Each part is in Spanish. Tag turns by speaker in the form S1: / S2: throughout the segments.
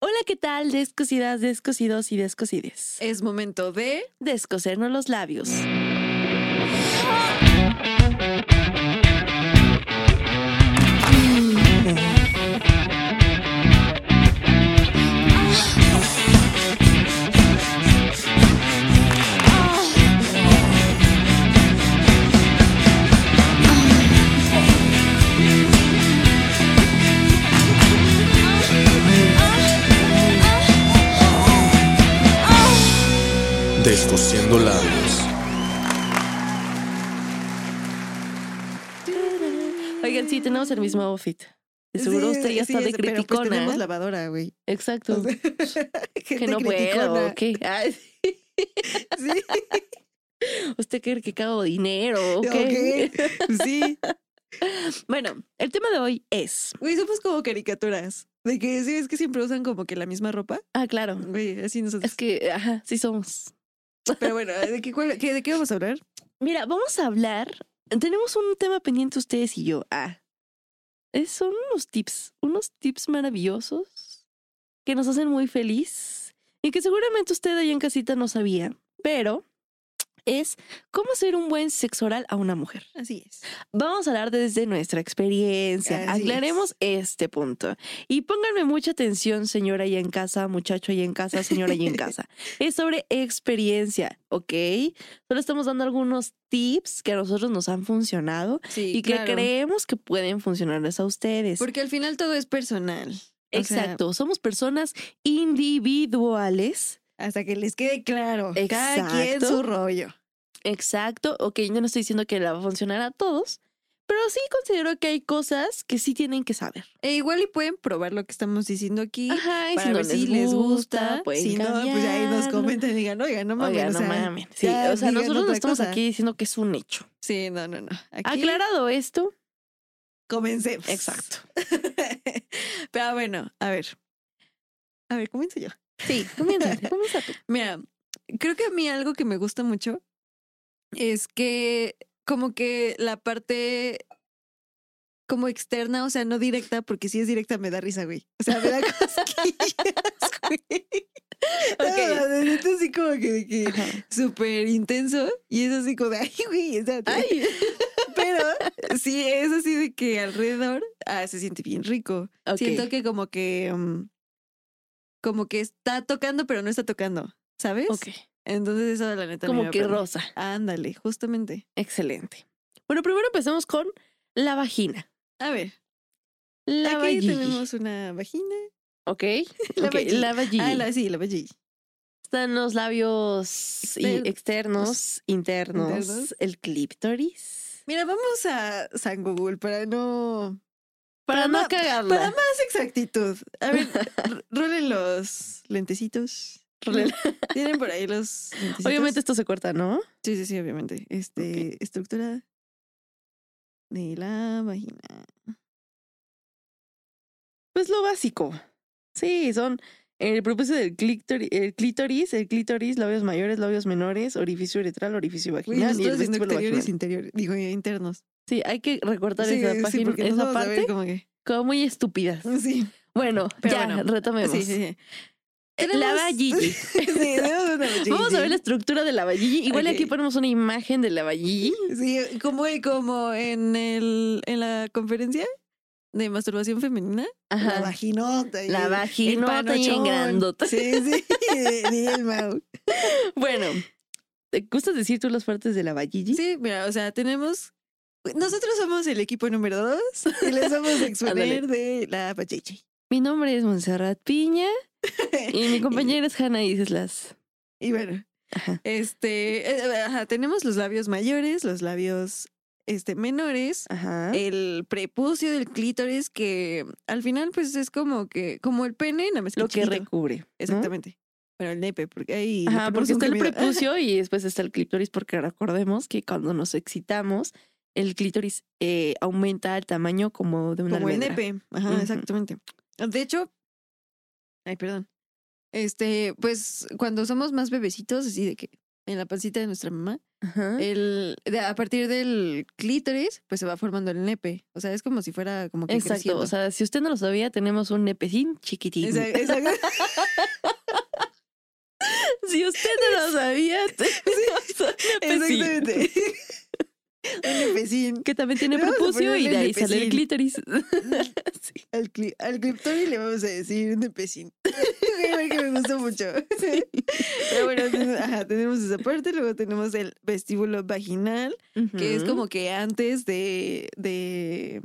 S1: Hola, ¿qué tal? Descosidas, descosidos y descosides.
S2: Es momento de
S1: Descosernos los labios.
S3: Descosiendo labios.
S1: Oigan, sí, tenemos el mismo outfit. De seguro
S2: Sí,
S1: usted ya
S2: sí,
S1: está de
S2: es- pero, pues,
S1: criticona.
S2: tenemos lavadora, güey.
S1: Exacto.
S2: O sea, gente
S1: que no puedo, Ah,
S2: criticona.
S1: ¿o ¿qué? Ay,
S2: Sí,
S1: ¿Usted cree que cago dinero? ¿o
S2: ok. Pues
S1: qué?
S2: Sí.
S1: Bueno, el tema de hoy es.
S2: Güey, somos como caricaturas. De que sí, es que siempre usan como que la misma ropa.
S1: Ah, claro.
S2: Güey, así nosotros.
S1: Es que, ajá, sí somos.
S2: Pero bueno, ¿de qué, cuál- qué- ¿de qué vamos a hablar?
S1: Mira, vamos a hablar. Tenemos un tema pendiente ustedes y yo. Ah. Es- son unos tips, unos tips maravillosos que nos hacen muy feliz y que seguramente usted allá en casita no sabía, pero es cómo hacer un buen sexo oral a una mujer.
S2: Así es.
S1: Vamos a hablar desde nuestra experiencia.
S2: Así
S1: Aclaremos este punto. Y pónganme mucha atención, señora y en casa, muchacho y en casa, señora y en casa. Es sobre experiencia, ¿ok? Solo estamos dando algunos tips que a nosotros nos han funcionado
S2: Sí,
S1: y que
S2: claro.
S1: creemos que pueden funcionarles a ustedes.
S2: Porque al final todo es personal. o sea-
S1: Exacto, somos personas individuales.
S2: Hasta que les quede claro. Cada quien
S1: Exacto.
S2: su rollo.
S1: Exacto, ok, yo no estoy diciendo que la va a funcionar a todos, pero sí considero que hay cosas que sí tienen que saber.
S2: E igual y pueden probar lo que estamos diciendo aquí.
S1: Ajá, y
S2: para
S1: si no
S2: ver si les gusta. si no, pues ahí nos comentan y digan, oigan, no mames.
S1: Oiga,
S2: o
S1: no
S2: sea,
S1: mamen. Sí,
S2: ya
S1: o sea,
S2: digan
S1: nosotros no
S2: otra
S1: estamos
S2: cosa.
S1: aquí diciendo que es un hecho.
S2: Sí, no, no, no.
S1: Ah,
S2: Aquí
S1: Aclarado esto.
S2: comencemos. Pero ah, bueno, a ver. A ver, comienzo yo.
S1: Sí, comienza, comienza tú.
S2: Mira, creo que a mí algo que me gusta mucho es que como que la parte como externa, o sea, no directa, porque si es directa me da risa, güey. O sea, me da cosquillas, güey.
S1: Ok.
S2: No, es así como que, de que
S1: Ajá.
S2: súper intenso y es así como de, ay, güey, o sea,
S1: Ay,
S2: pero sí es así de que alrededor ah, se siente bien rico.
S1: ok.
S2: Siento que como que mm, como que está tocando, pero no está tocando, ¿sabes?
S1: Ok.
S2: Entonces eso la neta a mí
S1: Como
S2: me
S1: que
S2: prende.
S1: rosa.
S2: Ándale, justamente.
S1: Excelente. Bueno, primero empecemos con la vagina.
S2: A ver,
S1: La
S2: aquí
S1: vagina.
S2: tenemos una vagina.
S1: Ok.
S2: La
S1: ok,
S2: vagina.
S1: La vagina.
S2: Ah, la, sí, la vagina.
S1: Están los labios y
S2: Exter-
S1: externos, internos,
S2: Este, Internos.
S1: el clítoris.
S2: Mira, vamos a San Google para no
S1: Para, no
S2: ma-
S1: cagarla.
S2: para más exactitud. A ver, r- rolen los lentecitos.
S1: Rolen-
S2: Tienen por ahí los lentecitos.
S1: Obviamente esto se corta, ¿no?
S2: Sí, sí, sí, obviamente. Este, estructura de la vagina.
S1: Pues lo básico. Sí, son el propósito del clítoris, el clítoris, el clítoris, labios mayores, labios menores, orificio uretral, orificio
S2: Uy,
S1: vaginal y el
S2: nosotros haciendo
S1: vestíbulo
S2: exteriores,
S1: vaginal.
S2: interiores, digo, internos.
S1: Sí, hay que recortar
S2: sí,
S1: esa,
S2: sí,
S1: página,
S2: porque nos
S1: esa
S2: vamos a ver
S1: parte
S2: como que.
S1: como muy estúpida.
S2: Sí,
S1: Bueno,
S2: Pero
S1: ya,
S2: bueno,
S1: retomemos.
S2: sí, sí, sí.
S1: Eh, La
S2: Tenemos-
S1: valligi.
S2: Sí, tenemos una vagina.
S1: Vamos a ver la estructura de la valligi. Igual
S2: Ok.
S1: aquí ponemos una imagen de la valligi.
S2: Sí, como, como en, el, en la conferencia de masturbación femenina. La
S1: Ajá.
S2: vaginota. y
S1: La
S2: el-
S1: vaginota
S2: el
S1: y en
S2: panochón.
S1: grandota.
S2: Sí, sí. Y el mau.
S1: Bueno, ¿te gustas decir tú las partes de la valligi?
S2: Sí, mira, o sea, tenemos. Nosotros somos el equipo número dos y les vamos a exponer de la pachichi.
S1: Mi nombre es Montserrat Piña y mi compañera es Hanna Islas.
S2: Y bueno,
S1: Ajá.
S2: este, eh, ajá, tenemos los labios mayores, los labios este, menores,
S1: Ajá.
S2: el prepucio del clítoris, que al final, pues es como que, como el pene, nada más
S1: lo que
S2: chiquito.
S1: recubre. ¿no?
S2: Exactamente. Bueno, el nepe, porque ahí.
S1: Ajá,
S2: le
S1: porque
S2: ponemos un
S1: está el
S2: gemido.
S1: prepucio y después está el clítoris, porque recordemos que cuando nos excitamos, el clítoris eh, aumenta el tamaño como de una
S2: Como el
S1: almendra.
S2: nepe. Ajá,
S1: Ujú.
S2: exactamente. De hecho, ay, perdón. Este, pues cuando somos más bebecitos, así de que en la pancita de nuestra mamá,
S1: Ajá.
S2: El, de- a partir del clítoris, pues se va formando el nepe. O sea, es como si fuera como que
S1: Exacto.
S2: creciendo.
S1: O sea, si usted no lo sabía, tenemos un nepecín chiquitín.
S2: Esa-
S1: pues
S2: esa-
S1: Si usted no lo sabía, tenemos un nepecín.
S2: exactamente. un nepecín.
S1: Que también tiene
S2: Le vamos a
S1: prepucio
S2: poner
S1: y
S2: el
S1: de ahí sale el
S2: nepecín.
S1: clítoris.
S2: Al, cli- al cliptoris le vamos a decir un nepecín. que me gustó mucho. Pero bueno, entonces, ajá, tenemos esa parte. Luego tenemos el vestíbulo vaginal, que es como que antes de, de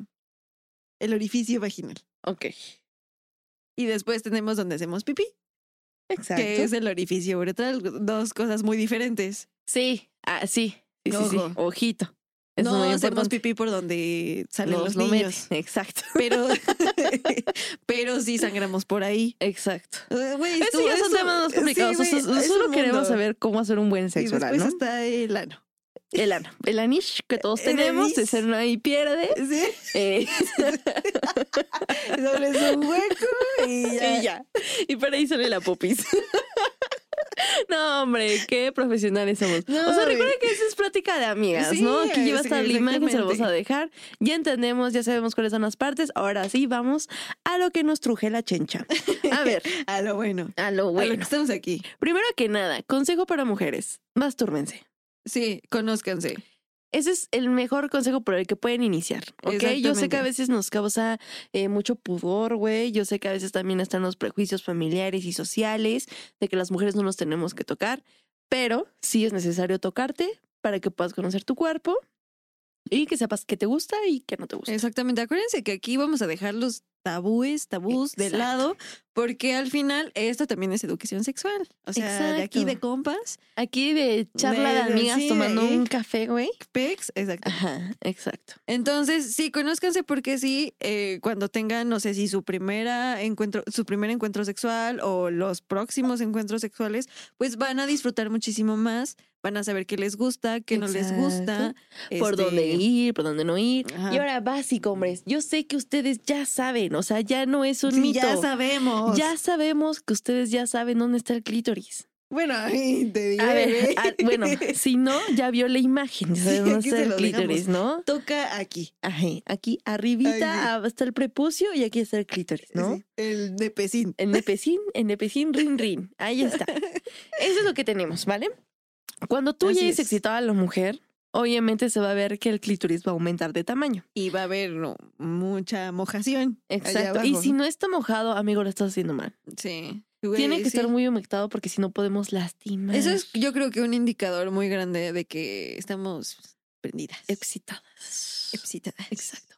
S2: el orificio vaginal.
S1: Ok.
S2: Y después tenemos donde hacemos pipí,
S1: Exacto.
S2: que es el orificio uretral. Dos cosas muy diferentes.
S1: Sí, ah, sí. Sí, sí, sí.
S2: Ojo.
S1: Ojito. Eso
S2: no
S1: es muy
S2: hacemos
S1: importante.
S2: pipí por donde salen
S1: Nos
S2: los,
S1: lo meten.
S2: niños.
S1: Exacto.
S2: Pero, pero sí sangramos por ahí.
S1: Exacto.
S2: Eh, güey,
S1: Eso
S2: tú-
S1: ya son
S2: eso-
S1: temas más
S2: sí,
S1: complicados.
S2: güey,
S1: Eso-
S2: es
S1: solo
S2: un mundo.
S1: queremos saber cómo hacer un buen
S2: Y
S1: sexo oral,
S2: después
S1: ¿no?
S2: está el ano.
S1: El ano. El anish que todos
S2: El
S1: tenemos,
S2: anís.
S1: ese no hay pierde.
S2: Sí,
S1: Eh,
S2: sobre un hueco y ya.
S1: Y ya. Y para ahí sale la popis. No, hombre, qué profesionales somos.
S2: No,
S1: o sea,
S2: güey.
S1: recuerda que esa es práctica de amigas,
S2: Sí,
S1: ¿no? Aquí lleva
S2: sí,
S1: hasta la imagen, se la vamos a
S2: exactamente.
S1: dejar. Ya entendemos, ya sabemos cuáles son las partes. Ahora sí, vamos a lo que nos truje la chencha. A ver,
S2: A lo bueno.
S1: a lo
S2: A lo que
S1: bueno.
S2: estamos aquí.
S1: Primero que nada, consejo para mujeres. Mastúrbense.
S2: Sí, conózcanse.
S1: Ese es el mejor consejo por el que pueden iniciar, ¿ok? Yo sé que a
S2: Exactamente.
S1: veces nos causa eh, mucho pudor, güey. Yo sé que a veces también están los prejuicios familiares y sociales de que las mujeres no nos tenemos que tocar, pero sí es necesario tocarte para que puedas conocer tu cuerpo y que sepas qué te gusta y qué no te gusta.
S2: Exactamente. Acuérdense que aquí vamos a dejar los tabúes, tabús
S1: Exacto.
S2: de lado, porque al final esto también es educación sexual. O sea, de aquí de
S1: Exacto.
S2: compas,
S1: Aquí de charla de
S2: Medio,
S1: amigas
S2: sí,
S1: tomando
S2: ahí.
S1: un café, güey.
S2: pecs, exacto.
S1: Ajá, exacto.
S2: Entonces, sí, conózcanse porque sí, eh, cuando tengan, no sé, si su primera encuentro, su primer encuentro sexual o los próximos encuentros sexuales, pues van a disfrutar muchísimo más, van a saber qué les gusta, qué no les gusta,
S1: por
S2: este,
S1: dónde ir, por dónde no ir.
S2: Ajá.
S1: Y ahora básico, hombres. Yo sé que ustedes ya saben, o sea, ya no es un
S2: Sí,
S1: mito.
S2: ya sabemos.
S1: Ya sabemos que ustedes ya saben dónde está el clítoris.
S2: Bueno, ahí te digo.
S1: A ver, ah, bueno, si no, ya vio la imagen, ya
S2: Sí,
S1: saben dónde
S2: aquí
S1: está
S2: se
S1: el
S2: lo
S1: clítoris, ¿no?
S2: toca aquí,
S1: Ajá, aquí arribita
S2: Ay,
S1: hasta el prepucio y aquí está el clítoris, ¿no?
S2: ¿no? El de pecín.
S1: En Nepecín, en Nepecín, rin, rin. Ahí está. Eso es lo que tenemos, ¿vale? Cuando tú
S2: Así
S1: llegues
S2: es.
S1: excitada a la mujer, obviamente se va a ver que el clítoris va a aumentar de tamaño.
S2: Y va a haber no, mucha mojación. allá
S1: Exacto. Y
S2: abajo.
S1: si no está mojado, amigo, lo estás haciendo mal.
S2: Sí. Güey,
S1: Tiene que
S2: sí.
S1: estar muy humectado porque si no podemos lastimar.
S2: Eso es, yo creo que un indicador muy grande de que estamos prendidas.
S1: excitadas.
S2: Excitadas.
S1: Exacto.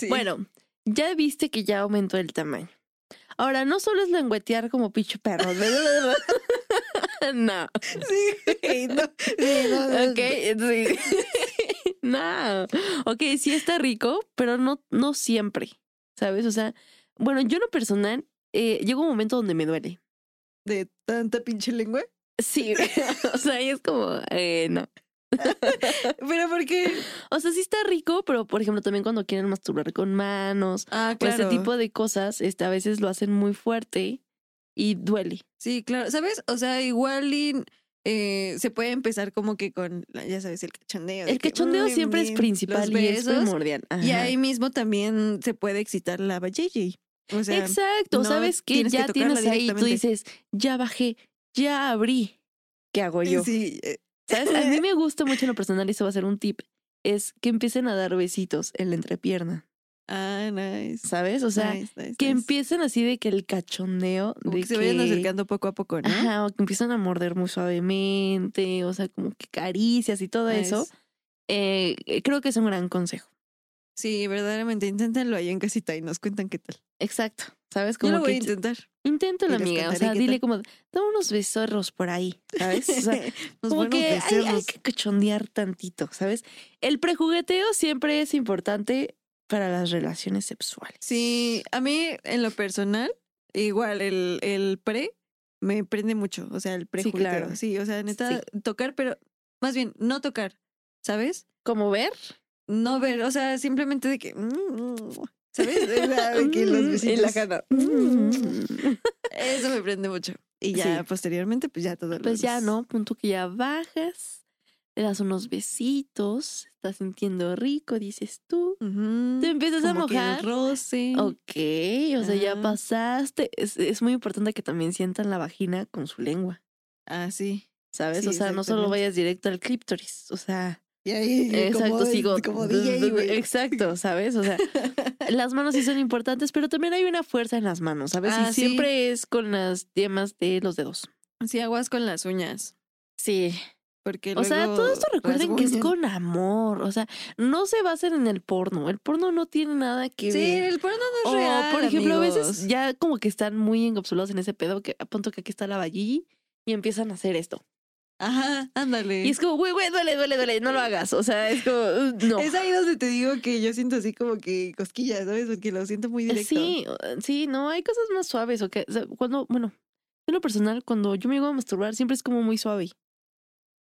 S2: Sí.
S1: Bueno, ya viste que ya aumentó el tamaño. Ahora, no solo es lengüetear como picho perro. no.
S2: Sí, güey, no, sí, no, no,
S1: Ok, sí. no. Ok, sí está rico, pero no, no siempre. ¿Sabes? O sea, bueno, yo en lo personal, eh, llega un momento donde me duele.
S2: De tanta pinche lengua.
S1: Sí, o sea, y es como, eh, no.
S2: Pero porque.
S1: O sea, sí está rico, pero por ejemplo, también cuando quieren masturbar con manos
S2: Ah,
S1: o ese tipo de cosas, este, a veces lo hacen muy fuerte y duele.
S2: Sí, claro. ¿Sabes? O sea, igual y, eh, se puede empezar como que con, la- ya sabes, el cachondeo. de
S1: El
S2: que,
S1: cachondeo
S2: "Ay,
S1: siempre es
S2: men",
S1: principal
S2: los
S1: y es
S2: besos,
S1: primordial.
S2: Y
S1: Ajá.
S2: ahí mismo también se puede excitar la vajayjay. O sea,
S1: Exacto,
S2: no
S1: ¿sabes qué?
S2: tienes que
S1: Ya
S2: tocarla
S1: tienes ahí, tú
S2: directamente.
S1: dices, ya bajé, ya abrí. ¿Qué hago yo?
S2: sí, eh,
S1: ¿Sabes? A mí me gusta mucho en lo personal, y eso va a ser un tip, es que empiecen a dar besitos en la entrepierna,
S2: Ah, nice.
S1: ¿sabes? O sea,
S2: nice, nice,
S1: que
S2: nice.
S1: empiecen así de que el cachondeo,
S2: Como
S1: de
S2: que se vayan
S1: que-
S2: acercando poco a poco, ¿no?
S1: Ajá, o que empiezan a morder muy suavemente, o sea, como que caricias y todo
S2: Nice.
S1: eso. Eh, eh, creo que es un gran consejo.
S2: Sí, verdaderamente, inténtenlo ahí en casita y nos cuentan qué tal.
S1: Exacto. ¿Sabes?
S2: Yo
S1: Como
S2: lo voy a
S1: que
S2: intentar.
S1: inténtalo,
S2: y les
S1: amiga. O
S2: contaré
S1: sea,
S2: qué
S1: dile
S2: tal.
S1: como, da unos besorros por ahí, ¿sabes? O sea,
S2: Nos
S1: como
S2: van a
S1: que hay- hay,
S2: ofrecernos.
S1: que cachondear tantito, ¿sabes? El prejugueteo siempre es importante para las relaciones sexuales.
S2: Sí, a mí en lo personal, igual el, el pre me prende mucho, o sea, el pre
S1: Sí,
S2: sí,
S1: claro.
S2: sí, o sea, neta, tocar, pero más bien no tocar, ¿sabes?
S1: Como ver,
S2: No ver, o sea, simplemente de que, mm, ¿sabes? O sea, de que los
S1: Mm, en
S2: besitos.
S1: la
S2: cara.
S1: mm,
S2: Eso me prende mucho. Y ya
S1: Sí.
S2: posteriormente, pues ya todo lo
S1: pues ya
S2: demás.
S1: no, punto que ya bajas, le das unos besitos, estás sintiendo rico, dices tú.
S2: Ujú.
S1: Te empiezas a
S2: Como que el
S1: mojar.
S2: roce.
S1: Ok, o sea, ya
S2: Ah.
S1: pasaste. Es, es muy importante que también sientan la vagina con su lengua,
S2: Ah, sí.
S1: ¿sabes?
S2: Sí,
S1: o sea, no solo
S2: exactamente.
S1: vayas directo al clíptoris, o sea, eh,
S2: Y ahí,
S1: exacto,
S2: como,
S1: sigo.
S2: como DJ, güey.
S1: exacto, ¿sabes? O sea, las manos sí son importantes, pero también hay una fuerza en las manos, ¿sabes?
S2: Ah,
S1: y
S2: sí.
S1: siempre es con las yemas de los dedos.
S2: Sí, aguas con las uñas.
S1: Sí.
S2: Porque
S1: O sea,
S2: luego
S1: todo esto recuerden que es
S2: rasguñan.
S1: con amor, o sea, no se basen en el porno, el porno no tiene nada que
S2: Sí,
S1: ver.
S2: el porno no es
S1: O,
S2: real,
S1: Oh, por ejemplo, a
S2: amigos.
S1: veces ya como que están muy encapsulados en ese pedo, que a punto que aquí está la vallí y empiezan a hacer esto.
S2: Ajá, ándale.
S1: Y es como, güey, güey, duele, duele, duele, no lo hagas. O sea, es como, "Uh, no.
S2: Es ahí donde te digo que yo siento así como que cosquillas, ¿sabes? Porque lo siento muy directo.
S1: sí, uh, sí, no, hay cosas más suaves. ¿ok? O sea, cuando, bueno, en lo personal, cuando yo me llego a masturbar, siempre es como muy suave.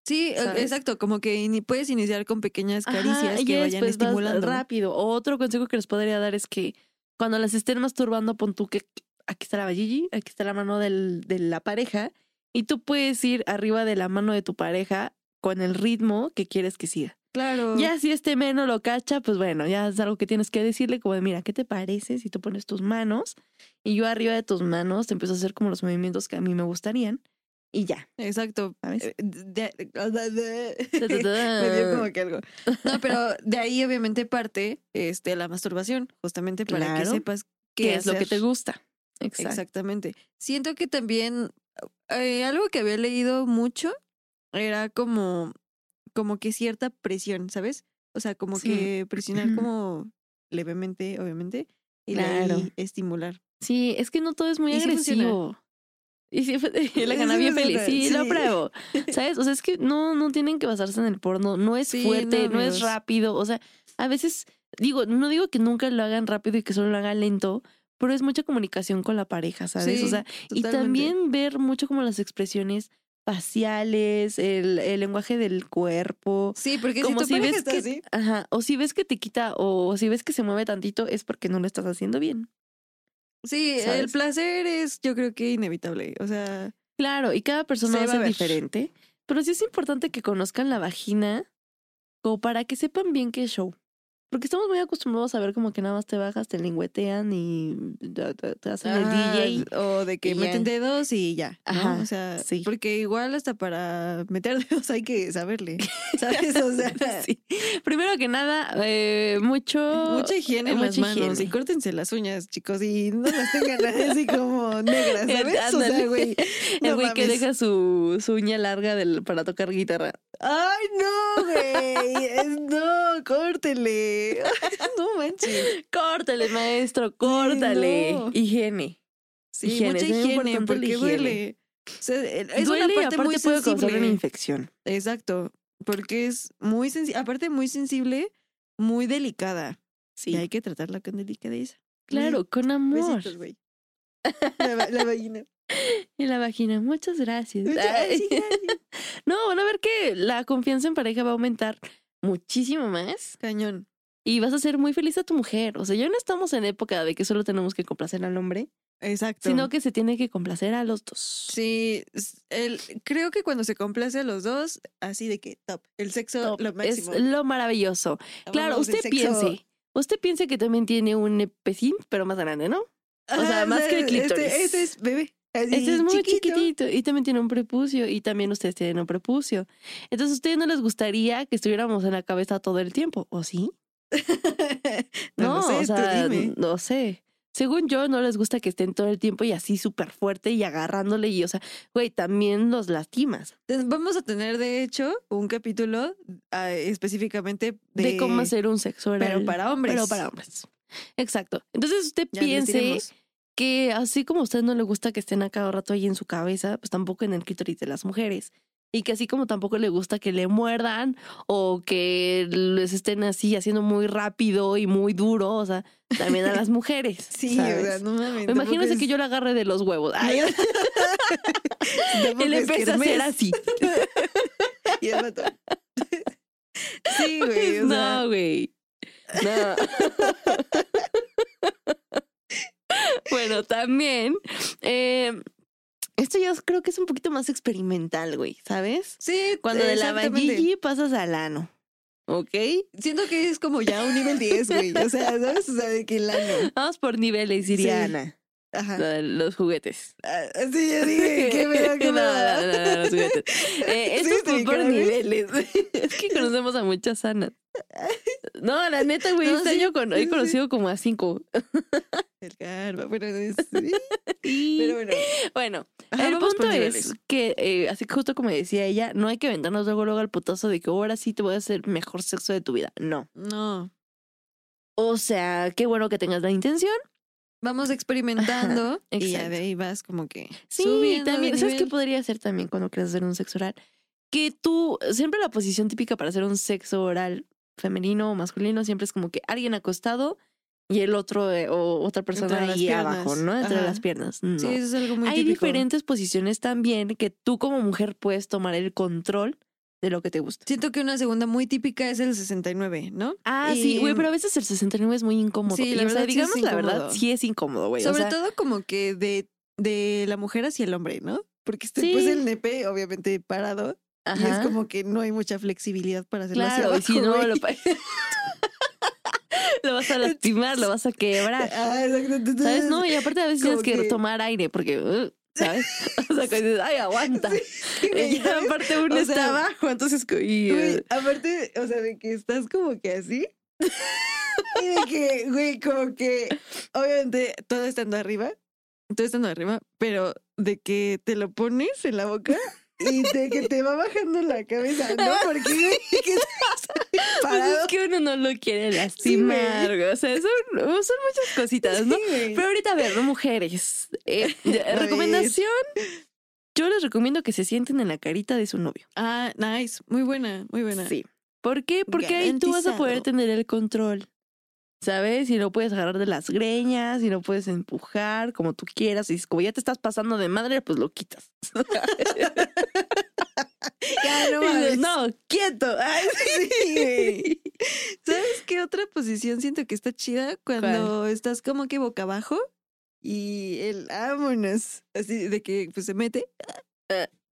S2: Sí, eh,
S1: ¿Sabes?
S2: exacto, como que ini- puedes iniciar con pequeñas caricias
S1: Ajá, y
S2: que
S1: ya
S2: vayan
S1: después vas
S2: estimulando.
S1: rápido. Otro consejo que les podría dar es que cuando las estén masturbando, pon tú que aquí está la vajilla, aquí está la mano del- de la pareja, y tú puedes ir arriba de la mano de tu pareja con el ritmo que quieres que siga.
S2: Claro.
S1: Ya si este menos lo cacha, pues bueno, ya es algo que tienes que decirle, como de, mira, ¿qué te parece si tú pones tus manos y yo arriba de tus manos te empiezo a hacer como los movimientos que a mí me gustarían y ya,
S2: Exacto.
S1: ¿sabes?
S2: Eh, de- de-
S1: Ta, ta, ta.
S2: Me dio como que algo. No, pero de ahí obviamente parte este, la masturbación, justamente para
S1: Claro.
S2: que sepas qué,
S1: ¿Qué es lo que
S2: hacer.
S1: te gusta? Exacto.
S2: Exactamente. Siento que también eh, algo que había leído mucho era como, como que cierta presión, ¿sabes? O sea, como
S1: Sí.
S2: que presionar como levemente, obviamente, y de ahí
S1: Claro.
S2: estimular.
S1: Sí, es que no todo es muy
S2: Y sí funciona.
S1: agresivo. y sí, fu- y la
S2: Sí
S1: gana bien feliz.
S2: funciona,
S1: Sí, lo
S2: sí.
S1: pruebo. ¿Sabes? O sea, es que no, no tienen que basarse en el porno. No es
S2: Sí,
S1: fuerte, no,
S2: no,
S1: es
S2: amigos.
S1: rápido. O sea, a veces, digo, no digo que nunca lo hagan rápido y que solo lo hagan lento, pero es mucha comunicación con la pareja, ¿sabes? o
S2: Sí,
S1: sea, y
S2: totalmente.
S1: también ver mucho como las expresiones faciales, el, el lenguaje del cuerpo.
S2: Sí, porque
S1: Como
S2: si tu
S1: si
S2: pareja
S1: ves
S2: está
S1: que-
S2: así,
S1: Ajá. O si ves que te quita o, si ves que se mueve tantito, es porque no lo estás haciendo bien.
S2: sí, el
S1: ¿sabes?
S2: placer es, yo creo que inevitable. O sea,
S1: Claro, y cada persona
S2: Se
S1: va
S2: va
S1: a
S2: a
S1: ser
S2: ver.
S1: diferente. Pero sí es importante que conozcan la vagina como para que sepan bien qué es show. Porque estamos muy acostumbrados a ver como que nada más te bajas, te lingüetean y te- te te hacen
S2: ajá,
S1: el DJ.
S2: Ah, o de
S1: y ya.
S2: que meten dedos y ya. ¿no?
S1: Ajá,
S2: O sea,
S1: sí.
S2: porque igual hasta para meter dedos hay que saberle. ¿Sabes? O sea,
S1: Sí. Primero que nada, eh, mucho...
S2: Mucha higiene en
S1: mucha
S2: las manos
S1: higiene.
S2: y córtense las uñas, chicos, y no las tengan así como negras,
S1: Eh,
S2: ¿sabes? O sea,
S1: ándale.
S2: güey.
S1: el
S2: no
S1: güey que
S2: mames.
S1: deja su, su uña larga del, para tocar guitarra.
S2: Ay, no, güey. Es- No, córtele. No manches.
S1: Córtale, maestro, córtale.
S2: no.
S1: Higiene.
S2: Sí,
S1: Higiene,
S2: mucha
S1: es muy
S2: higiene
S1: importante la
S2: porque
S1: higiene.
S2: duele. O sea, e, es
S1: Duele
S2: una
S1: y
S2: parte
S1: aparte
S2: muy
S1: puede causar una
S2: sensible.
S1: infección.
S2: Exacto, porque es muy sensible, aparte muy sensible, muy delicada.
S1: Sí.
S2: Y hay que tratarla con delicadeza.
S1: Claro, con amor.
S2: Besitos, güey. La, va- la vagina.
S1: Y la vagina, muchas gracias.
S2: Muchas
S1: Ay.
S2: gracias. ¿eh?
S1: No, van a ver que la confianza en pareja va a aumentar muchísimo más
S2: Cañón.
S1: y vas a ser muy feliz a tu mujer. O sea, ya no estamos en época de que solo tenemos que complacer al hombre,
S2: Exacto.
S1: sino que se tiene que complacer a los dos.
S2: Sí, s- el, creo que cuando se complace a los dos, así de que top. El sexo
S1: Top,
S2: lo máximo.
S1: Es lo maravilloso. claro,
S2: Amamos el
S1: usted
S2: sexo.
S1: piense. Usted piense que también tiene un pezín, pero más grande, ¿no? o sea,
S2: Ajá,
S1: más que el
S2: este-
S1: clítoris.
S2: Este, es bebé. así,
S1: Este es muy
S2: chiquito.
S1: chiquitito y también tiene un prepucio y también ustedes tienen un prepucio. Entonces, ¿a ustedes no les gustaría que estuviéramos en la cabeza todo el tiempo? ¿O sí?
S2: no, lo sé,
S1: o sea,
S2: tú dime.
S1: no sé. Según yo, no les gusta que estén todo el tiempo y así súper fuerte y agarrándole y, o sea, güey, también los lastimas.
S2: Entonces, Vamos a tener, de hecho, un capítulo ah, específicamente
S1: De,
S2: de,
S1: cómo hacer un sexo oral.
S2: Pero para hombres.
S1: Pero para hombres. Exacto. Entonces usted
S2: Ya les
S1: piense
S2: diremos.
S1: que así como a usted no le gusta que estén a cada rato ahí en su cabeza, pues tampoco en el clítoris de las mujeres. Y que así como tampoco le gusta que le muerdan o que les estén así haciendo muy rápido y muy duro, o sea, también a las mujeres.
S2: Sí,
S1: ¿sabes?
S2: o sea, no mames. tampoco
S1: Imagínense que
S2: es-
S1: yo le agarre de los huevos. Ay,
S2: tampoco
S1: él
S2: es
S1: empieza a
S2: Kermés.
S1: hacer así.
S2: Y el vato- Sí, güey. O sea,
S1: no, güey. No. bueno, también eh, Esto yo creo que es un poquito más experimental, güey, ¿sabes?
S2: Sí,
S1: Cuando de la
S2: exactamente.
S1: Valligi pasas al ano. ¿Ok?
S2: Siento que es como ya un nivel 10, güey. O sea, ¿sabes? O sea, de que el ano.
S1: Vamos por niveles, diría
S2: Sí.
S1: Ana. Lo
S2: Ajá.
S1: de los juguetes.
S2: Ah, Sí, yo dije, qué verga, qué
S1: No,
S2: verga.
S1: no, no, no, los juguetes. Eh,
S2: Sí,
S1: esto es
S2: te vi
S1: por
S2: cara de-
S1: niveles. es que conocemos a muchas Anas. No, la neta, güey,
S2: No,
S1: este
S2: sí,
S1: año con-
S2: sí,
S1: he
S2: sí.
S1: conocido como a cinco.
S2: El karma, bueno, es- sí, pero bueno.
S1: Bueno,
S2: Ajá,
S1: el
S2: vamos por
S1: punto es
S2: niveles.
S1: que, eh, así que justo como decía ella, no hay que aventarnos luego, luego al putazo de que ahora sí te voy a hacer mejor sexo de tu vida. No.
S2: No,
S1: O sea, qué bueno que tengas la intención.
S2: vamos experimentando y ya
S1: exacto.
S2: de ahí vas como que
S1: Sí,
S2: subiendo de
S1: también. ¿Sabes qué
S2: nivel.
S1: podría ser también cuando quieras hacer un sexo oral? Que tú, siempre la posición típica para hacer un sexo oral femenino o masculino siempre es como que alguien acostado y el otro eh, o otra persona
S2: las
S1: ahí
S2: piernas.
S1: abajo, ¿no? Entre
S2: Ajá.
S1: las piernas. No.
S2: Sí, eso es algo muy
S1: Hay
S2: típico.
S1: diferentes posiciones también que tú como mujer puedes tomar el control de lo que te gusta.
S2: Siento que una segunda muy típica es el 69, ¿no?
S1: Ah, sí, güey,
S2: Y-
S1: pero a veces el 69 es muy incómodo.
S2: Sí,
S1: Y,
S2: la
S1: o sea,
S2: verdad sí es
S1: digamos la verdad,
S2: incómodo.
S1: sí es incómodo, güey. Pues, o
S2: Sobre
S1: sea,
S2: todo como que de, de la mujer hacia el hombre, ¿no? Porque este,
S1: Sí.
S2: pues el nepe obviamente parado y es
S1: ajá.
S2: como que no hay mucha flexibilidad para hacerlo hacia
S1: Claro, y si
S2: abajo,
S1: no,
S2: güey.
S1: lo, pa- lo vas a lastimar, lo vas a quebrar.
S2: Ah, exacto. Entonces,
S1: ¿Sabes? No, y aparte a veces
S2: como
S1: tienes que,
S2: que-
S1: tomar aire porque, uh, ¿sabes? O sea, que dices, ay, aguanta.
S2: sí, güey,
S1: Y ya
S2: ¿sabes?
S1: aparte uno
S2: O
S1: está
S2: sea,
S1: abajo, entonces. co- y,
S2: Güey,
S1: eh,
S2: aparte, o sea, de que estás como que así. y de que, güey, como que, obviamente, todo estando arriba, todo estando arriba, pero de que te lo pones en la boca y de que te va bajando la cabeza, ¿no? Porque, güey, que estás
S1: pues
S2: parado.
S1: es que uno no lo quiere lastimar, güey. o sea, son, son muchas cositas, ¿no?
S2: Sí, güey.
S1: Pero ahorita, a ver, ¿no, mujeres. Eh,
S2: ver.
S1: recomendación. Yo les recomiendo que se sienten en la carita de su novio.
S2: Ah, nice. Muy buena, muy buena.
S1: Sí. ¿Por qué? Porque ahí tú vas a poder
S2: Garantizado.
S1: tener el control. ¿Sabes? Y lo puedes agarrar de las greñas, y lo puedes empujar como tú quieras. Y como ya te estás pasando de madre, pues lo quitas.
S2: Ya, no
S1: Y dices,
S2: mames.
S1: no, quieto. Ay,
S2: Sí, güey. ¿Sabes qué otra posición siento que está chida cuando estás como que boca abajo y el ah, vámonos, así de que pues se mete?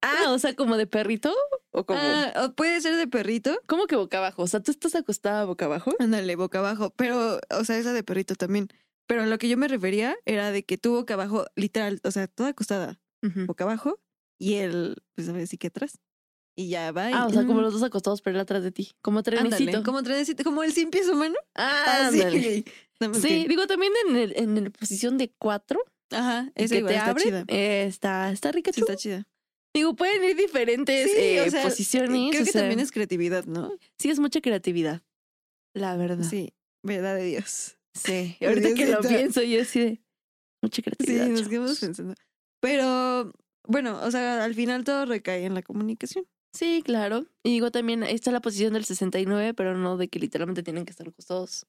S1: Ah, o sea, como de perrito o como.
S2: Ah, o puede ser de perrito.
S1: ¿Cómo que boca abajo? O sea, tú estás acostada boca abajo.
S2: Ándale, boca abajo, pero o sea, esa de perrito también. Pero a lo que yo me refería era de que tú boca abajo, literal, o sea, toda acostada,
S1: Mm.
S2: boca abajo y el pues a ver si que atrás. Y ya va. y-
S1: Ah, o sea, como
S2: mm,
S1: los dos acostados, pero él atrás de ti. Como trenecito.
S2: ándale, como trenecito, como el sin pies humano.
S1: Ah,
S2: Así,
S1: ándale.
S2: güey. Nada más
S1: Sí,
S2: que-
S1: digo, también en el, en el posición de cuatro,
S2: Ajá,
S1: el
S2: esa
S1: que
S2: igual
S1: te
S2: está
S1: abre, eh,
S2: chida.
S1: está, está rica.
S2: Sí, está chida.
S1: Digo, pueden ir diferentes
S2: Sí,
S1: eh,
S2: o sea,
S1: posiciones.
S2: Creo
S1: o
S2: que
S1: sea,
S2: también es creatividad, ¿no?
S1: Sí, es mucha creatividad. La verdad. Sí.
S2: Sí, verdad de Dios.
S1: Y Ah. ahorita que lo
S2: Diosita.
S1: pienso, yo sí de mucha
S2: Sí,
S1: creatividad.
S2: nos
S1: chavos.
S2: quedamos pensando. Pero bueno, o sea, al final todo recae en la comunicación.
S1: Sí, claro. Y digo también, ahí está la posición del 69, pero no de que literalmente tienen que estar acostados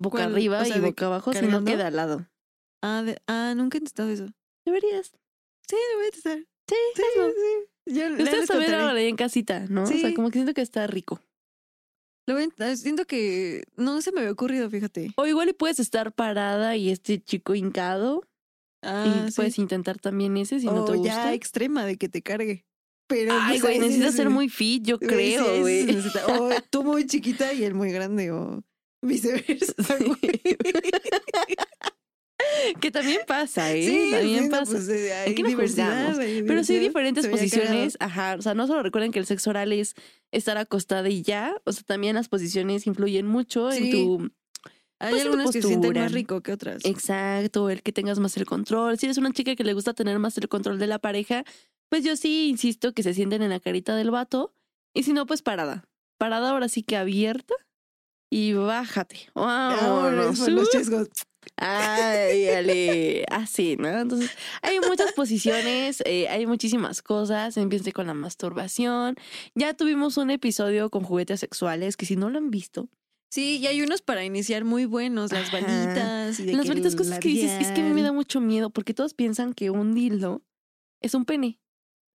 S1: boca
S2: ¿Cuál?
S1: arriba
S2: O sea,
S1: y
S2: de
S1: boca abajo, sino
S2: cargando.
S1: que de al lado.
S2: Ah, de- ah, nunca he testado eso.
S1: Deberías.
S2: Sí, lo voy a testar.
S1: Sí,
S2: Sí,
S1: hazlo.
S2: sí. Yo ya
S1: Ustedes
S2: les
S1: también
S2: contaré.
S1: lo harían en casita, ¿no? O sea,
S2: Sí.
S1: como que siento que está rico.
S2: Lo voy a intentar. Siento que no se me había ocurrido, fíjate.
S1: O igual y puedes estar parada y este chico hincado
S2: Ah,
S1: y
S2: sí.
S1: puedes intentar también ese pues si no
S2: O
S1: te gusta.
S2: ya extrema de que te cargue. Pero
S1: Ay,
S2: pues,
S1: güey,
S2: ahí sí
S1: necesitas
S2: se-
S1: ser muy fit, yo
S2: güey, sí, ahí
S1: creo,
S2: sí
S1: güey.
S2: se necesita. O tú muy chiquita y él muy grande, o viceversa,
S1: Sí.
S2: güey.
S1: Que también pasa, ¿eh? también
S2: no,
S1: pasa.
S2: pues, eh, hay
S1: Aquí no
S2: diversidad,
S1: juzgamos,
S2: hay
S1: Pero sí hay
S2: diversidad.
S1: diferentes
S2: Se veía
S1: posiciones, ajá, o sea, no solo recuerden que el sexo oral es estar acostada y ya, o sea, también las posiciones influyen mucho en
S2: Sí.
S1: tu,
S2: cagado.
S1: pues,
S2: Hay
S1: en tu
S2: algunas que se sienten
S1: postura.
S2: más rico que otras.
S1: exacto, el que tengas más el control. Si eres una chica que le gusta tener más el control de la pareja, pues yo sí insisto que se sienten en la carita del vato y si no, pues parada. Parada ahora sí que abierta y bájate.
S2: Vámonos
S1: Vámonos.
S2: por Ah, los chesgos.
S1: Ay, dale. Así, ¿no? Entonces, hay muchas posiciones, eh, hay muchísimas cosas. Empiece con la masturbación. Ya tuvimos un episodio con juguetes sexuales que si no lo han visto,
S2: Sí, y hay unos para iniciar muy buenos, las
S1: Ajá.
S2: varitas y de
S1: las
S2: que
S1: bonitas
S2: el
S1: cosas que dices es que a mí me da
S2: labial.
S1: mucho miedo porque todos piensan que un dildo es un pene.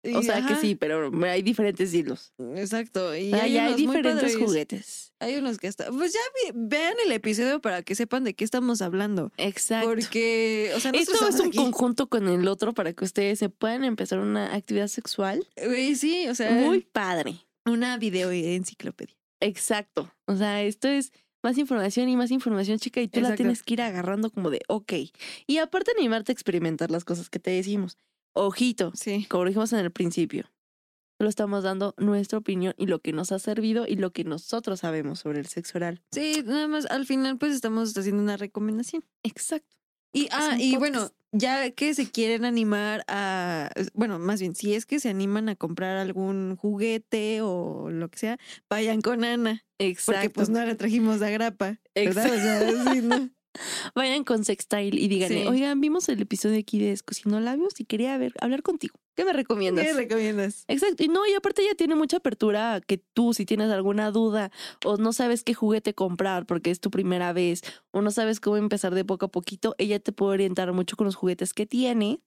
S1: O
S2: Y,
S1: sea que
S2: ajá,
S1: sí, pero hay diferentes hilos.
S2: Exacto. Y
S1: Ah,
S2: hay,
S1: ya hay
S2: unos muy
S1: diferentes
S2: padres.
S1: juguetes.
S2: Hay unos que están. Pues ya vi- vean el episodio para que sepan de qué estamos hablando.
S1: Exacto.
S2: Porque, o sea,
S1: Esto
S2: nosotros
S1: es un
S2: estamos aquí.
S1: conjunto con el otro para que ustedes se puedan empezar una actividad sexual
S2: Güey, sí, o sea,
S1: muy padre.
S2: una video enciclopedia.
S1: Exacto. O sea, esto es más información y más información, chica, y tú la
S2: Exacto.
S1: tienes que ir agarrando como de, ok. Y aparte animarte a experimentar las cosas que te decimos. Ojito,
S2: Sí.
S1: como dijimos en el principio, solo estamos dando nuestra opinión y lo que nos ha servido y lo que nosotros sabemos sobre el sexo oral.
S2: Sí, nada más al final pues estamos haciendo una recomendación.
S1: Exacto.
S2: Y ah,
S1: un
S2: y
S1: podcast.
S2: bueno, ya que se quieren animar a bueno, más bien si es que se animan a comprar algún juguete o lo que sea, vayan con Ana,
S1: Exacto.
S2: porque pues no la trajimos a grapa, ¿verdad? O sea, sí, no.
S1: Vayan con Sextile y díganle,
S2: Sí.
S1: oigan, vimos el episodio aquí de Escocino Labios y quería ver, hablar contigo. ¿Qué me recomiendas?
S2: ¿Qué recomiendas?
S1: Exacto. Y no, y aparte ella tiene mucha apertura a que tú, si tienes alguna duda o no sabes qué juguete comprar porque es tu primera vez o no sabes cómo empezar de poco a poquito, ella te puede orientar mucho con los juguetes que tiene.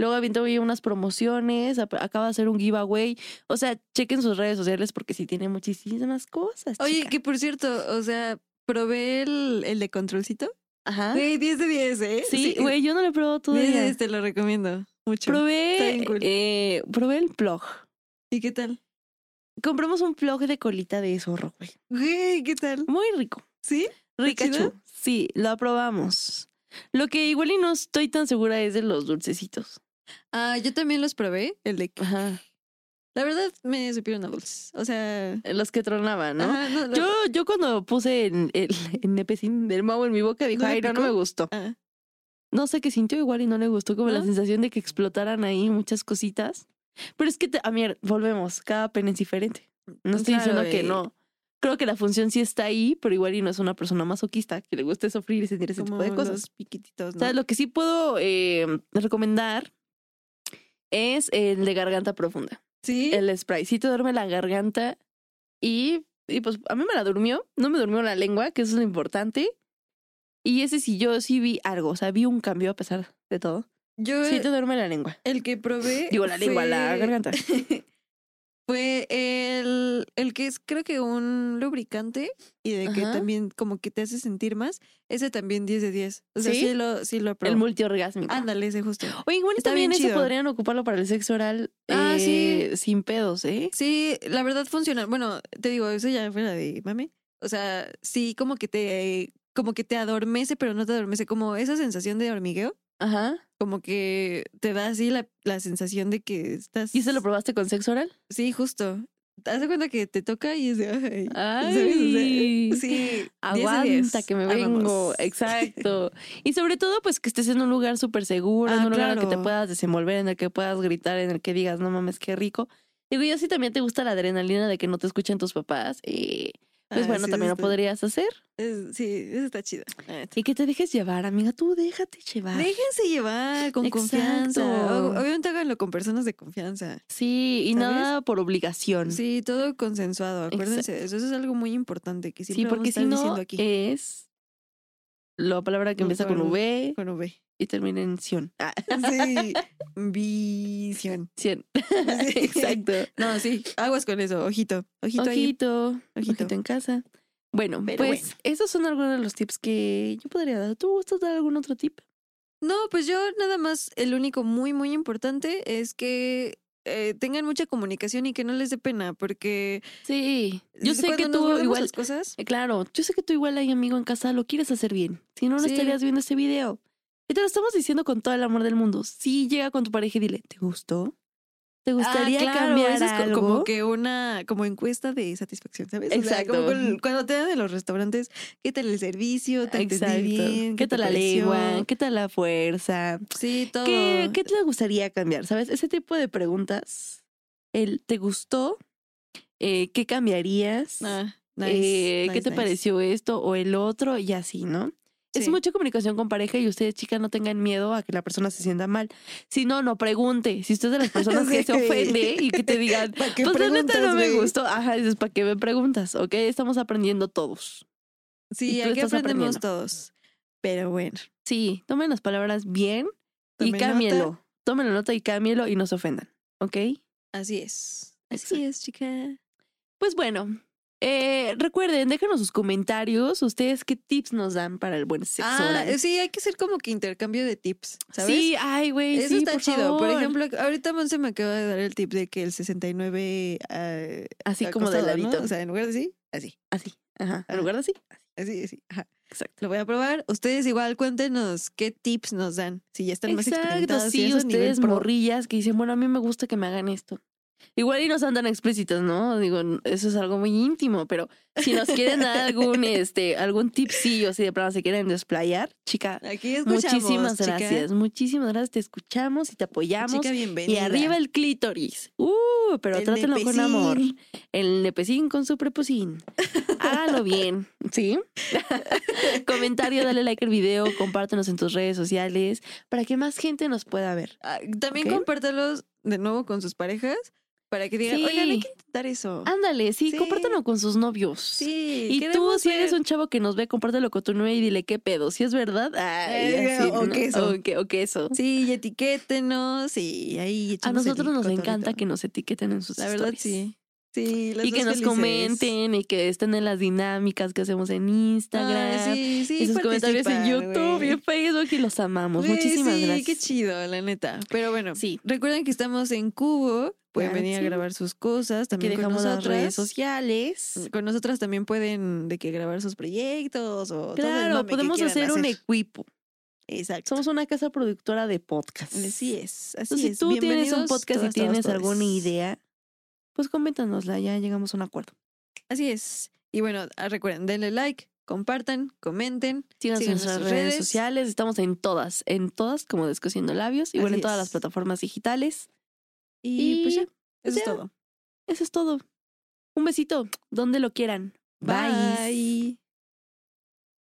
S1: Luego avienta hoy unas promociones, ap- acaba de hacer un giveaway. O sea, chequen sus redes sociales porque sí tiene muchísimas cosas.
S2: Oye,
S1: chica.
S2: que por cierto, o sea, probé el, el de controlcito.
S1: Ajá.
S2: Güey, 10 de 10, ¿eh?
S1: Sí, güey, yo no le he probado
S2: 10 de
S1: todavía.
S2: 10, te lo recomiendo mucho. Está
S1: Probé,
S2: bien cool.
S1: eh, probé el plug.
S2: ¿Y qué tal?
S1: Compramos un plug de colita de zorro, güey.
S2: Güey, ¿qué tal?
S1: Muy rico.
S2: ¿Sí?
S1: Ricachu.
S2: chido?
S1: Sí, lo probamos. Lo que igual y no estoy tan segura es de los dulcecitos.
S2: Ah, yo también los probé, el de...
S1: Ajá.
S2: La verdad, me supieron a dulces. O sea...
S1: eh, Los que tronaban, ¿no?
S2: ajá, no, la-
S1: Yo, yo cuando puse el, el, el nepecín del mago en mi boca, dijo,
S2: ¿No le
S1: ay, no, no
S2: picó?
S1: me gustó.
S2: Ah,
S1: No sé qué sintió igual y no le gustó, como la
S2: ¿No?
S1: sensación de que explotaran ahí muchas cositas. Pero es que, te- a mí, volvemos, cada pene es diferente. No estoy
S2: Claro,
S1: diciendo que
S2: eh.
S1: no. Creo que la función sí está ahí, pero igual y no es una persona masoquista que le guste sufrir y sentir ese tipo de
S2: como
S1: cosas.
S2: los piquititos,
S1: O
S2: ¿no?
S1: sea, lo que sí puedo eh, recomendar es el de garganta profunda.
S2: Sí.
S1: El spray. Sí te duerme la garganta y, y, pues a mí me la durmió. No me durmió la lengua, que eso es lo importante. Y ese sí, yo sí vi algo. O sea, vi un cambio a pesar de todo.
S2: Yo
S1: Sí te duerme la lengua.
S2: el que probé...
S1: Digo, la lengua, la
S2: fue-
S1: garganta.
S2: Fue el, el que es creo que un lubricante y de que
S1: Ajá.
S2: también como que te hace sentir más. Ese también 10 de 10. O sea,
S1: ¿Sí?
S2: sí, lo, sí lo aprobé.
S1: El ¡Ah! multiorgásmico.
S2: Ándale, ese justo.
S1: Oye, igual y
S2: Está
S1: también
S2: bien
S1: ese
S2: chido.
S1: podrían ocuparlo para el sexo oral.
S2: Ah,
S1: eh, Sin pedos, ¿eh?
S2: Sí, la verdad funciona. Bueno, te digo, eso ya fue la de mami. O sea, sí, como que te, como que te adormece, pero no te adormece. Como esa sensación de hormigueo,
S1: Ajá.
S2: como que te da así la, la sensación de que estás.
S1: ¿Y se lo probaste con sexo oral?
S2: Sí, justo. Te das cuenta que te toca y es de. Ay.
S1: Ay.
S2: ¿sabes? O sea, sí. 10 de 10.
S1: Aguanta que me vengo.
S2: Amamos.
S1: Exacto. Y sobre todo, pues que estés en un lugar súper seguro, en
S2: Ah,
S1: un lugar en el que te
S2: claro.
S1: puedas desenvolver, en el que puedas gritar, en el que digas, no mames, qué rico. Digo, yo sí también te gusta la adrenalina de que no te escuchen tus papás. Y pues
S2: Ah,
S1: bueno,
S2: sí,
S1: también lo
S2: eso está-
S1: podrías hacer.
S2: es- sí, eso está chido.
S1: Y que te dejes llevar, amiga. Tú déjate llevar.
S2: Déjense llevar con confianza.
S1: Ah. Exacto.
S2: O- Obviamente háganlo con personas de confianza.
S1: sí, y
S2: ¿Sabes?
S1: nada por obligación.
S2: Sí, todo consensuado, acuérdense de eso. Eso es algo muy importante que siempre
S1: sí, porque
S2: vamos a
S1: si
S2: estar
S1: no eh
S2: diciendo aquí
S1: es la palabra que
S2: No,
S1: empieza con
S2: claro.
S1: V
S2: con V.
S1: y termina en Sion. Ah,
S2: Sí, visión.
S1: Sion.
S2: Sí.
S1: Exacto.
S2: No, sí, aguas con eso, ojito, ojito, ahí.
S1: Ojito, ojito,
S2: Ojito.
S1: en casa. Bueno,
S2: Pero
S1: pues
S2: bueno.
S1: esos son algunos de los tips que yo podría dar. ¿Tú gustas dar algún otro tip?
S2: No, pues yo nada más, el único muy, muy importante es que eh, tengan mucha comunicación y que no les dé pena, porque
S1: Sí. Yo sé
S2: cuando
S1: que
S2: nos
S1: tú
S2: guardamos
S1: igual.
S2: las cosas.
S1: eh, Claro, yo sé que tú igual hay amigo en casa, lo quieres hacer bien. Si no, no
S2: Sí.
S1: estarías viendo este video. Y te lo estamos diciendo con todo el amor del mundo. Si llega con tu pareja y dile, ¿te gustó? ¿Te gustaría
S2: Ah, claro,
S1: cambiar
S2: eso es co-
S1: algo?
S2: como que una como encuesta de satisfacción, ¿sabes? O sea, como
S1: Exacto.
S2: con- cuando te dan de los restaurantes, ¿qué tal el servicio? ¿Te
S1: Exacto.
S2: entendí bien?
S1: ¿Qué
S2: te
S1: tal la
S2: pareció?
S1: lengua? ¿Qué tal la fuerza?
S2: Sí, todo.
S1: ¿Qué, ¿Qué te gustaría cambiar? ¿Sabes? Ese tipo de preguntas. El, ¿Te gustó? Eh, ¿Qué cambiarías?
S2: Ah, nice,
S1: Eh, ¿Qué
S2: nice,
S1: te
S2: nice.
S1: pareció esto o el otro? Y así, ¿no? Es
S2: Sí.
S1: mucha comunicación con pareja y ustedes, chicas, no tengan miedo a que la persona se sienta mal. Si no, no pregunte. Si usted es de las personas que se
S2: Sí.
S1: ofende y que te digan,
S2: ¿Para qué
S1: pues la neta
S2: preguntas,
S1: no me
S2: güey?
S1: gustó. Ajá, dices, ¿para qué me preguntas? Ok, estamos aprendiendo todos. Y
S2: Sí,
S1: tú
S2: aquí
S1: estás
S2: aprendemos
S1: aprendiendo.
S2: todos. Pero bueno.
S1: Sí, tomen las palabras bien y
S2: Tomen nota.
S1: cámbienlo. Tomen la nota y cámbienlo y no se ofendan. ¿ok?
S2: Así es.
S1: Así
S2: es, chica.
S1: Pues bueno, eh, recuerden, déjenos sus comentarios, ustedes qué tips nos dan para el buen sexo
S2: Ah,
S1: oral.
S2: sí, hay que hacer como que intercambio de tips, ¿sabes?
S1: Sí, ay, güey,
S2: Eso
S1: sí,
S2: está
S1: por
S2: chido. Por
S1: favor.
S2: ejemplo, ahorita Monse me acaba de dar el tip de que el 69 ah,
S1: así como de
S2: acostado, ¿no?
S1: ladito,
S2: O sea, en lugar de así, así,
S1: así, ajá, en
S2: Ajá.
S1: lugar de así, así,
S2: así, así. Ajá.
S1: exacto.
S2: Lo voy a probar. Ustedes igual cuéntenos qué tips nos dan. Si ya están más
S1: Exacto,
S2: experimentados.
S1: sí,
S2: si es a nivel
S1: ustedes
S2: pro.
S1: morrillas que dicen, bueno, a mí me gusta que me hagan esto. Igual y no son tan explícitos, ¿no? Digo, n- eso es algo muy íntimo, pero si nos quieren dar algún, este, algún tipsillo, si de plano se quieren desplayar, chica,
S2: Aquí escuchamos,
S1: muchísimas
S2: chica.
S1: gracias, muchísimas gracias, te escuchamos y te apoyamos.
S2: Chica,
S1: Y
S2: bienvenida.
S1: arriba el clítoris. Uh, pero
S2: El
S1: trátenlo con
S2: nepecín.
S1: amor. El nepecín con su prepusín. Hágalo bien, ¿sí? Comentario, dale like al video, compártenos en tus redes sociales para que más gente nos pueda ver.
S2: Ah, también
S1: Ok.
S2: compártelos de nuevo con sus parejas para que digan,
S1: Sí.
S2: oigan, hay que intentar eso.
S1: Ándale, sí,
S2: Sí.
S1: compártelo con sus novios.
S2: sí,
S1: Y tú,
S2: queremos
S1: si eres
S2: ver.
S1: un chavo que nos ve, compártelo con tu novia y dile qué pedo, si es verdad. Ay,
S2: Eh,
S1: así,
S2: o
S1: ¿no?
S2: queso.
S1: O que- o queso.
S2: Sí, y etiquétenos y ahí
S1: A
S2: echamos el
S1: nosotros nos
S2: cotorrito.
S1: encanta que nos etiqueten en sus
S2: La verdad,
S1: stories.
S2: sí. Sí, las
S1: y que
S2: dos
S1: nos
S2: felices.
S1: comenten y que estén en las dinámicas que hacemos en Instagram.
S2: Ay, sí, sí,
S1: y sus comentarios en
S2: participar,
S1: YouTube
S2: güey.
S1: y en Facebook y los amamos.
S2: Güey,
S1: Muchísimas
S2: sí,
S1: gracias.
S2: qué chido, la neta. Pero bueno,
S1: Sí.
S2: recuerden que estamos en Cubo. Pueden
S1: Claro,
S2: venir a
S1: sí.
S2: grabar sus cosas
S1: Que
S2: también con
S1: dejamos
S2: nosotras.
S1: las redes sociales.
S2: Con nosotras también pueden de que grabar sus proyectos o todo el
S1: Claro,
S2: mame que
S1: podemos
S2: quieran
S1: hacer, un equipo.
S2: Exacto.
S1: Somos una casa productora de podcasts.
S2: Así es, así
S1: Entonces,
S2: es.
S1: si tú tienes un
S2: Bienvenidos
S1: podcast y
S2: todas, todos,
S1: tienes
S2: todes.
S1: alguna idea, pues coméntanosla, ya llegamos a un acuerdo.
S2: Así es. Y bueno, ah, recuerden, denle like, compartan, comenten.
S1: Síganos en
S2: Síganos en
S1: nuestras
S2: sus
S1: redes,
S2: redes.
S1: sociales, estamos en todas, en todas, como Descosiendo Labios, igual
S2: Así
S1: en todas
S2: es.
S1: las plataformas digitales.
S2: Y, pues
S1: Y,
S2: ya, eso
S1: ya.
S2: es todo.
S1: Eso es todo. Un besito, donde lo quieran. Bye.
S2: Bye.